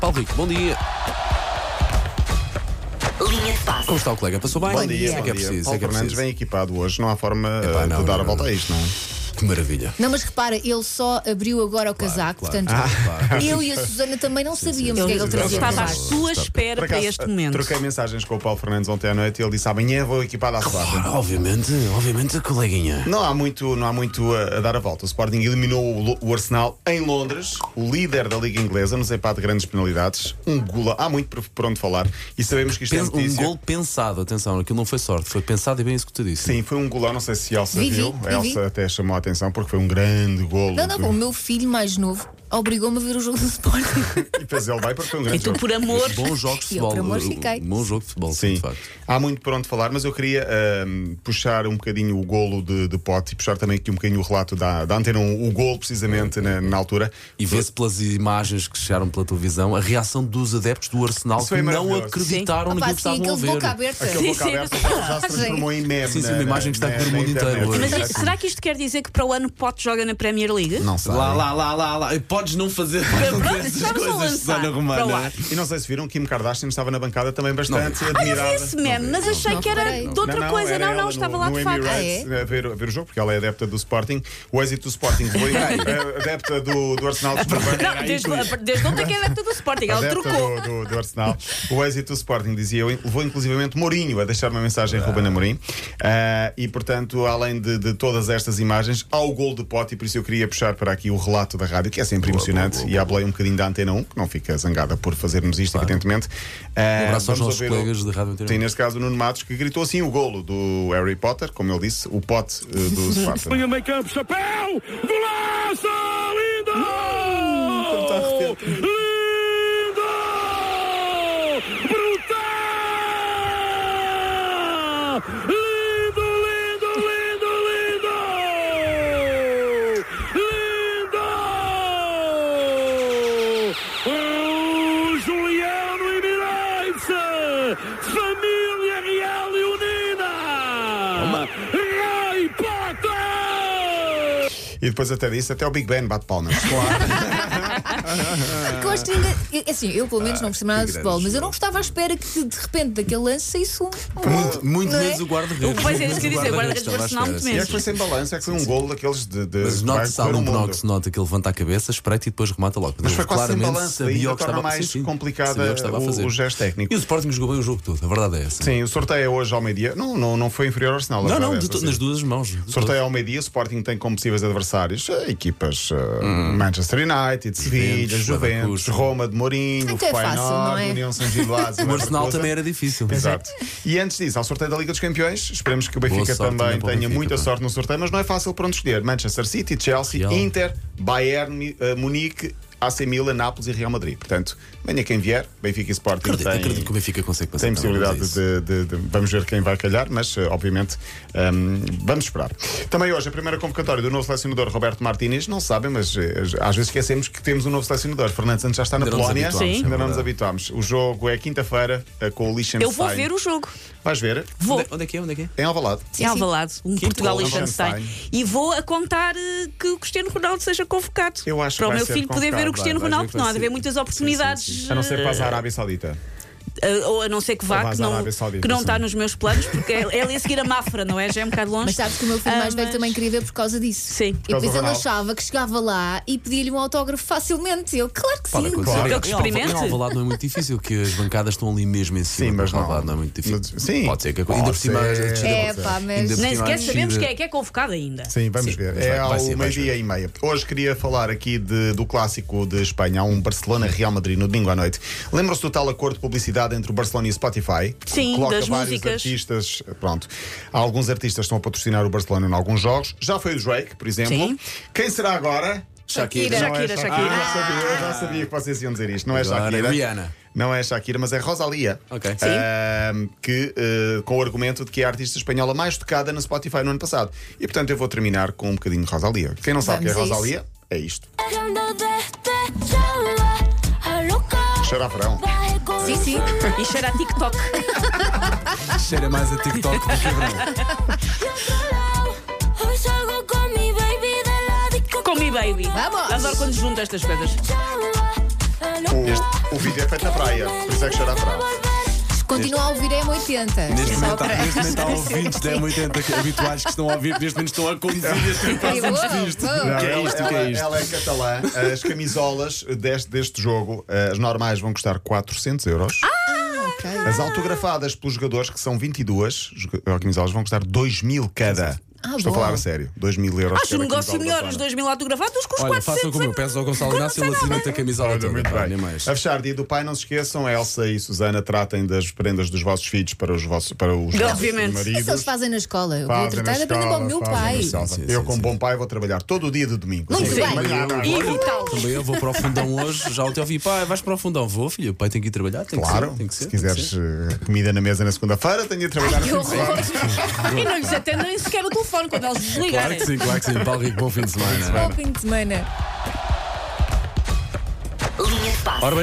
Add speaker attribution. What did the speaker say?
Speaker 1: Paulo Rico, bom dia.
Speaker 2: Linha de passe.
Speaker 1: Como está o colega? Passou bem?
Speaker 3: Bom dia,
Speaker 1: Sei
Speaker 3: bom
Speaker 1: que é
Speaker 3: dia.
Speaker 1: preciso, sei
Speaker 3: Paulo
Speaker 1: que é
Speaker 3: Fernandes
Speaker 1: preciso.
Speaker 3: bem equipado hoje, não há forma eh,
Speaker 1: Epá, não,
Speaker 3: de dar
Speaker 1: não,
Speaker 3: a volta
Speaker 1: não.
Speaker 3: a isto, não é?
Speaker 1: Que maravilha.
Speaker 4: Não, mas repara, ele só abriu agora o casaco,
Speaker 1: claro.
Speaker 4: portanto, eu e a Susana também não sabíamos
Speaker 1: sim,
Speaker 4: o
Speaker 2: Então,
Speaker 4: que é
Speaker 1: sim,
Speaker 4: que ele
Speaker 1: sim,
Speaker 4: trazia. no
Speaker 1: sim,
Speaker 4: casaco.
Speaker 1: sim.
Speaker 2: Estava à sua espera
Speaker 3: Por
Speaker 2: para
Speaker 3: acaso,
Speaker 2: este
Speaker 3: eh,
Speaker 2: momento.
Speaker 3: troquei mensagens com o Paulo Fernandes ontem à noite e ele disse "Ah, amanhã vou equipado à Sporting.
Speaker 1: Claro, obviamente, obviamente, coleguinha.
Speaker 3: Não há muito, não há muito a, a dar a volta. O Sporting eliminou o, Lo- o Arsenal em Londres, o líder da Liga Inglesa, nos empate de grandes penalidades. Um gola, há muito por, por onde falar e sabemos que isto
Speaker 1: Pen-
Speaker 3: é
Speaker 1: um
Speaker 3: notícia.
Speaker 1: gol pensado, atenção, aquilo não foi sorte, foi pensado e bem executadíssimo.
Speaker 3: Sim, foi um golão, não sei se Elsa
Speaker 4: Vivi,
Speaker 3: viu. A
Speaker 4: vivi.
Speaker 3: Elsa até chamou a atenção porque foi um grande golo.
Speaker 4: Não, não, o meu filho mais novo obrigou-me a ver o jogo Tipo, do Sporting.
Speaker 3: E depois ele vai porque foi um
Speaker 2: E
Speaker 3: grande
Speaker 2: tu,
Speaker 3: golo.
Speaker 2: por amor,
Speaker 1: Bons jogos de
Speaker 4: Eu, por
Speaker 1: futebol.
Speaker 4: amor,
Speaker 1: uh,
Speaker 4: fiquei.
Speaker 1: Bom jogo de futebol, sim,
Speaker 3: Sim,
Speaker 1: de facto.
Speaker 3: há muito por onde falar, mas eu queria ahm, puxar um bocadinho o golo de, de Pote e puxar também aqui um bocadinho o relato da, da antena, um- o golo precisamente na, na altura.
Speaker 1: E vê-se pelas imagens que chegaram pela televisão a reação dos adeptos do Arsenal
Speaker 3: Isso
Speaker 1: que
Speaker 3: foi
Speaker 1: não
Speaker 3: maravilhoso.
Speaker 1: acreditaram
Speaker 4: Opa,
Speaker 1: naquilo que
Speaker 4: sim,
Speaker 1: estavam a
Speaker 4: aquele boca
Speaker 1: ver.
Speaker 4: aberta.
Speaker 3: Aquele
Speaker 2: Sim,
Speaker 3: boca
Speaker 2: sim.
Speaker 3: aberta já, já se transformou em meme.
Speaker 1: Sim, sim,
Speaker 3: na-
Speaker 1: uma imagem que está a
Speaker 3: na-
Speaker 1: correr o
Speaker 3: na
Speaker 1: mundo inteiro
Speaker 3: internet.
Speaker 1: hoje.
Speaker 2: mas isto- será que isto quer dizer que para o ano Pote joga na Premier League?
Speaker 3: é assim. Não sei.
Speaker 1: Lá, lá, lá, lá, lá. Podes não fazer
Speaker 2: Pronto,
Speaker 1: essas
Speaker 2: estamos a
Speaker 1: coisas, Susana
Speaker 2: lançar para o ar.
Speaker 1: Romana.
Speaker 3: E não sei se viram, Kim Kardashian estava na bancada também bastante
Speaker 2: Ah, eu
Speaker 3: admirada.
Speaker 2: vi esse meme, mas achei
Speaker 4: não,
Speaker 2: que era
Speaker 4: reparei.
Speaker 2: de outra
Speaker 3: não,
Speaker 2: coisa.
Speaker 3: era
Speaker 2: Não,
Speaker 3: ela
Speaker 2: não, estava
Speaker 3: no,
Speaker 2: lá
Speaker 3: no
Speaker 2: de Ah, facto.
Speaker 3: Emirates, a, ver, a ver o jogo, porque ela é adepta do Sporting. O êxito do Sporting, foi eh, adepta do, do Arsenal. desculpa.
Speaker 2: Não, desde, desde ontem que é adepta do Sporting, ela
Speaker 3: Adepta
Speaker 2: trocou.
Speaker 3: Do, do- do Arsenal. O êxito do Sporting, dizia eu, levou inclusivamente Mourinho a deixar uma mensagem a Ruben Amorim. Ah, e, portanto, além de, de todas estas imagens, há o gol de Pote, e por isso eu queria puxar para aqui o relato da rádio, que é sempre emocionante. E hablei um bocadinho da Antena 1, que não fica zangada por fazermos isto, evidentemente. Ah,
Speaker 1: Um abraço aos
Speaker 3: vamos
Speaker 1: nossos
Speaker 3: ouvir o-
Speaker 1: colegas de Rádio Antena.
Speaker 3: Sim, neste caso o Nuno Matos, que gritou assim o golo do Harry Potter, como ele disse, o pote eh, do Sporting.
Speaker 5: Linha de meio campo, chapéu! Golaço! Lindo!
Speaker 3: está arrepiado.
Speaker 5: Lindo! Brutal! Lindo, lindo, lindo, lindo! Lindo! O Juliano Emirates! Família Real e Unida! Rai Potter!
Speaker 3: E depois até disse, até o Big Ben bate palmas.
Speaker 4: Porque eu acho que ninguém. Assim, eu pelo
Speaker 1: Ah,
Speaker 4: menos não percebo nada de futebol, mas eu não estava à espera que de repente daquele lance saísse um. um
Speaker 1: Muito, muito
Speaker 4: não é?
Speaker 1: menos o guarda-redes.
Speaker 2: Pois é, isso que eu ia dizer,
Speaker 1: O
Speaker 2: guarda-redes do
Speaker 1: estava à
Speaker 2: Arsenal, muito
Speaker 1: espera,
Speaker 3: E
Speaker 2: menos.
Speaker 3: é que foi sem balanço, é que foi um golo daqueles de. de
Speaker 1: Mas
Speaker 3: que vai
Speaker 1: nota-se há
Speaker 3: correr o
Speaker 1: um
Speaker 3: mundo.
Speaker 1: penalti, se nota que ele levanta a cabeça, espreita e depois remata logo.
Speaker 3: Mas
Speaker 1: Ele
Speaker 3: foi quase sem
Speaker 1: claramente
Speaker 3: balanço,
Speaker 1: sabia o que
Speaker 3: ainda torna
Speaker 1: estava a
Speaker 3: mais
Speaker 1: sim, sim,
Speaker 3: complicada
Speaker 1: sabia o que estava a
Speaker 3: o-
Speaker 1: fazer.
Speaker 3: o gesto técnico.
Speaker 1: E o Sporting jogou bem o jogo todo, a verdade é essa.
Speaker 3: Sim, o sorteio é hoje ao meio-dia. Não, não, não foi inferior ao Arsenal. a
Speaker 1: Não,
Speaker 3: verdade
Speaker 1: não,
Speaker 3: é
Speaker 1: de
Speaker 3: essa,
Speaker 1: to-
Speaker 3: sim.
Speaker 1: nas duas mãos. de
Speaker 3: Sorteio é ao meio-dia, Sporting tem como possíveis adversários eh, equipas eh, Manchester United, Sevilha,
Speaker 1: Hum. Juventus,
Speaker 3: Juventus,
Speaker 1: Leverkusen.
Speaker 3: Roma de Mourinho,
Speaker 4: Então é fácil, não
Speaker 3: Feyenoord,
Speaker 4: é?
Speaker 3: União São
Speaker 1: todas.
Speaker 3: Gilásio.
Speaker 1: O Arsenal também é- era difícil.
Speaker 3: Exato. E antes disso, ao sorteio da Liga dos Campeões, esperemos que o Benfica
Speaker 1: sorte
Speaker 3: também
Speaker 1: também para o
Speaker 3: tenha
Speaker 1: Benfica,
Speaker 3: muita
Speaker 1: pá.
Speaker 3: sorte no sorteio, mas não é fácil para onde escolher. Manchester City, Chelsea,
Speaker 1: Real.
Speaker 3: Inter, Bayern, Mi- eh, Munique, AC Milan, Nápoles e Real Madrid. Portanto, venha quem vier, Benfica e Sporting
Speaker 1: Acredito,
Speaker 3: têm-
Speaker 1: acredito que o Benfica consegue passar.
Speaker 3: tem
Speaker 1: então, vamos a
Speaker 3: possibilidade
Speaker 1: isso.
Speaker 3: de, de- de- Vamos ver quem vai calhar, mas eh, obviamente hum, vamos esperar. Também hoje a primeira convocatória do novo selecionador Roberto Martínez. Não sabem, mas eh, às vezes esquecemos que temos um novo selecionador. Fernando Santos já está na
Speaker 1: Ainda não nos
Speaker 3: Polónia.
Speaker 1: habituámos, Sim. é
Speaker 3: Ainda não
Speaker 1: verdade.
Speaker 3: nos habituámos. O jogo é quinta-feira eh, com o Liechtenstein.
Speaker 2: Eu vou ver o jogo.
Speaker 3: Vais ver?
Speaker 2: Vou.
Speaker 1: Onde, onde é que é? Onde é que é?
Speaker 3: Em Alvalade.
Speaker 2: Em Alvalade, um Portugal e
Speaker 3: Liechtenstein.
Speaker 2: Liechtenstein. E vou a contar eh, que o Cristiano Ronaldo seja convocado.
Speaker 3: Eu acho que
Speaker 2: para o
Speaker 3: vai
Speaker 2: meu
Speaker 3: ser
Speaker 2: filho poder
Speaker 3: convocado,
Speaker 2: ver o Cristiano
Speaker 1: vai, vai
Speaker 2: Ronaldo,
Speaker 1: ver
Speaker 2: que não há
Speaker 1: que
Speaker 2: de
Speaker 1: vai
Speaker 2: haver
Speaker 1: ser.
Speaker 2: muitas
Speaker 1: Sim, sim,
Speaker 2: oportunidades.
Speaker 3: A não ser para a
Speaker 2: eh,
Speaker 3: Arábia Saudita.
Speaker 2: eh, ou a não ser que
Speaker 3: Ou
Speaker 2: vá,
Speaker 3: vais
Speaker 2: que
Speaker 3: à
Speaker 2: não,
Speaker 3: Arábia Saudita,
Speaker 2: que não
Speaker 3: sim.
Speaker 2: está nos meus planos, porque é ele a seguir a Mafra, não é? Já é um bocado longe.
Speaker 4: Mas sabes que o meu filho
Speaker 2: Ah,
Speaker 4: mais velho
Speaker 2: mas-
Speaker 4: também queria ver por causa disso.
Speaker 2: Sim. Por
Speaker 4: E depois
Speaker 3: causa do
Speaker 4: ele
Speaker 3: Ronaldo.
Speaker 4: achava que chegava lá e pedia-lhe um autógrafo facilmente. Eu, claro É que
Speaker 1: Pode
Speaker 4: sim.
Speaker 1: acontecer. Em
Speaker 2: Claro. Ele que
Speaker 1: Alvalade-
Speaker 2: experimente.
Speaker 1: Em Alvalade é não é muito difícil, que as bancadas estão ali mesmo em cima.
Speaker 3: Sim, mas
Speaker 1: Em Alvalade
Speaker 3: não.
Speaker 1: não é muito difícil.
Speaker 3: Mas- sim.
Speaker 1: Pode ser que a coisa. Ainda por
Speaker 3: Pode
Speaker 1: cima. eh,
Speaker 3: ser.
Speaker 1: a- a-
Speaker 4: É, pá, mas-
Speaker 1: ainda por
Speaker 2: Nem
Speaker 1: cima a
Speaker 2: sequer sabemos
Speaker 1: descida-
Speaker 2: quem é que é convocado ainda.
Speaker 3: Sim, vamos
Speaker 1: Sim,
Speaker 3: ver.
Speaker 1: vai-
Speaker 3: É
Speaker 1: vai
Speaker 3: ao
Speaker 1: ser, vai
Speaker 3: meio-dia
Speaker 1: ser.
Speaker 3: e meia. Hoje queria falar aqui de- do clássico de Espanha. Há um Barcelona-Real Madrid no domingo à noite. Lembram-se do tal acordo de publicidade entre o Barcelona e o Spotify?
Speaker 2: Sim,
Speaker 3: Coloca
Speaker 2: das
Speaker 3: vários
Speaker 2: músicas.
Speaker 3: artistas. Pronto. Há alguns artistas que estão a patrocinar o Barcelona em alguns jogos. Já foi o Drake, por exemplo.
Speaker 2: Sim.
Speaker 3: Quem será agora?
Speaker 1: Shakira.
Speaker 3: Não
Speaker 2: Shakira,
Speaker 3: é
Speaker 2: Shakira.
Speaker 3: Ah, sabia, eu já sabia que vocês iam dizer isto. Não é
Speaker 1: Agora,
Speaker 3: Shakira.
Speaker 1: Rihanna.
Speaker 3: Não é Shakira, mas é Rosalia.
Speaker 1: Ok. Sim.
Speaker 3: Ahm, que, eh, com o argumento de que é a artista espanhola mais tocada no Spotify no ano passado. E portanto eu vou terminar com um bocadinho de Rosalia. Quem não sabe o que é
Speaker 4: Vamos a
Speaker 3: Rosalia, é isto.
Speaker 6: Hablando de este sola, a loca.
Speaker 3: Cheira a verão.
Speaker 6: Baje con
Speaker 4: Sim, sim.
Speaker 2: E cheira a TikTok.
Speaker 1: Cheira mais a TikTok do que a verão.
Speaker 6: colao. Hoy salgo con mi baby de la disco.
Speaker 2: Com Me Baby.
Speaker 4: Vamos!
Speaker 1: é
Speaker 2: Adoro quando junto estas coisas.
Speaker 6: Sola,
Speaker 3: Este- o vídeo é feito na praia, por isso é que cheira a praia.
Speaker 4: Continua a ouvir a M80.
Speaker 1: Neste
Speaker 4: Só
Speaker 1: momento, há-
Speaker 4: para-
Speaker 1: neste momento há ouvintes da M80 que- habituais que estão a ouvir, neste momento estão a conduzir e a ter
Speaker 4: Boa, boa.
Speaker 1: Que é
Speaker 3: ela-
Speaker 1: isto, que é
Speaker 3: ela-
Speaker 1: isto?
Speaker 3: Ela é catalã. As camisolas deste, deste jogo, eh, as normais, vão custar 400 euros.
Speaker 4: Ok.
Speaker 3: As autografadas pelos jogadores, que são 22 joga- eh, camisolas, vão custar 2 mil cada.
Speaker 4: Ah,
Speaker 3: Estou
Speaker 4: bom.
Speaker 3: a falar a sério. 2 mil euros
Speaker 2: Acho um
Speaker 3: cada
Speaker 2: negócio
Speaker 3: camisola da
Speaker 2: melhor, os
Speaker 3: zona.
Speaker 2: 2 mil autografados com os
Speaker 1: Olha,
Speaker 2: 400.
Speaker 1: façam como eu, peço ao Gonçalo
Speaker 2: Como
Speaker 1: Inácio,
Speaker 2: não
Speaker 1: ele
Speaker 2: sei nada.
Speaker 1: assina-te a camisola
Speaker 3: Olha,
Speaker 1: toda.
Speaker 3: muito
Speaker 1: pá,
Speaker 3: bem.
Speaker 1: nem mais.
Speaker 3: A fechar, dia do pai, não se esqueçam, Elsa e Susana, tratem das prendas dos vossos filhos para os vossos, para os vossos
Speaker 2: Obviamente.
Speaker 4: Isso eles
Speaker 3: maridos.
Speaker 4: fazem na escola. Eu vou
Speaker 3: Fazem na
Speaker 4: tratar de aprender para o
Speaker 3: escola,
Speaker 4: meu
Speaker 3: fazem
Speaker 4: pai.
Speaker 3: na escola.
Speaker 1: Sim, sim,
Speaker 3: eu,
Speaker 1: sim,
Speaker 3: como bom pai, vou trabalhar todo o dia de domingo.
Speaker 4: Muito
Speaker 3: Sim,
Speaker 4: bem.
Speaker 3: de manhã, agora.
Speaker 2: E evitá-los.
Speaker 1: Também eu vou para o fundão hoje, já ontem ouvi, pai, vais para o fundão, vou, filho, o pai tem que ir trabalhar, tem
Speaker 3: Claro,
Speaker 1: que ser, tem que ser.
Speaker 3: se
Speaker 1: tem que
Speaker 3: quiseres
Speaker 1: ser.
Speaker 3: eh, comida na mesa na segunda-feira, tenho de trabalhar
Speaker 4: Que
Speaker 3: na segunda
Speaker 4: horror.
Speaker 2: E não lhes atendem nem sequer o telefone quando eles
Speaker 1: Claro
Speaker 2: desligarem.
Speaker 1: que sim, claro que sim. Paulo Rico, bom fim de semana.
Speaker 4: Bom fim de semana.
Speaker 7: Linha de passe.
Speaker 1: Ora bem,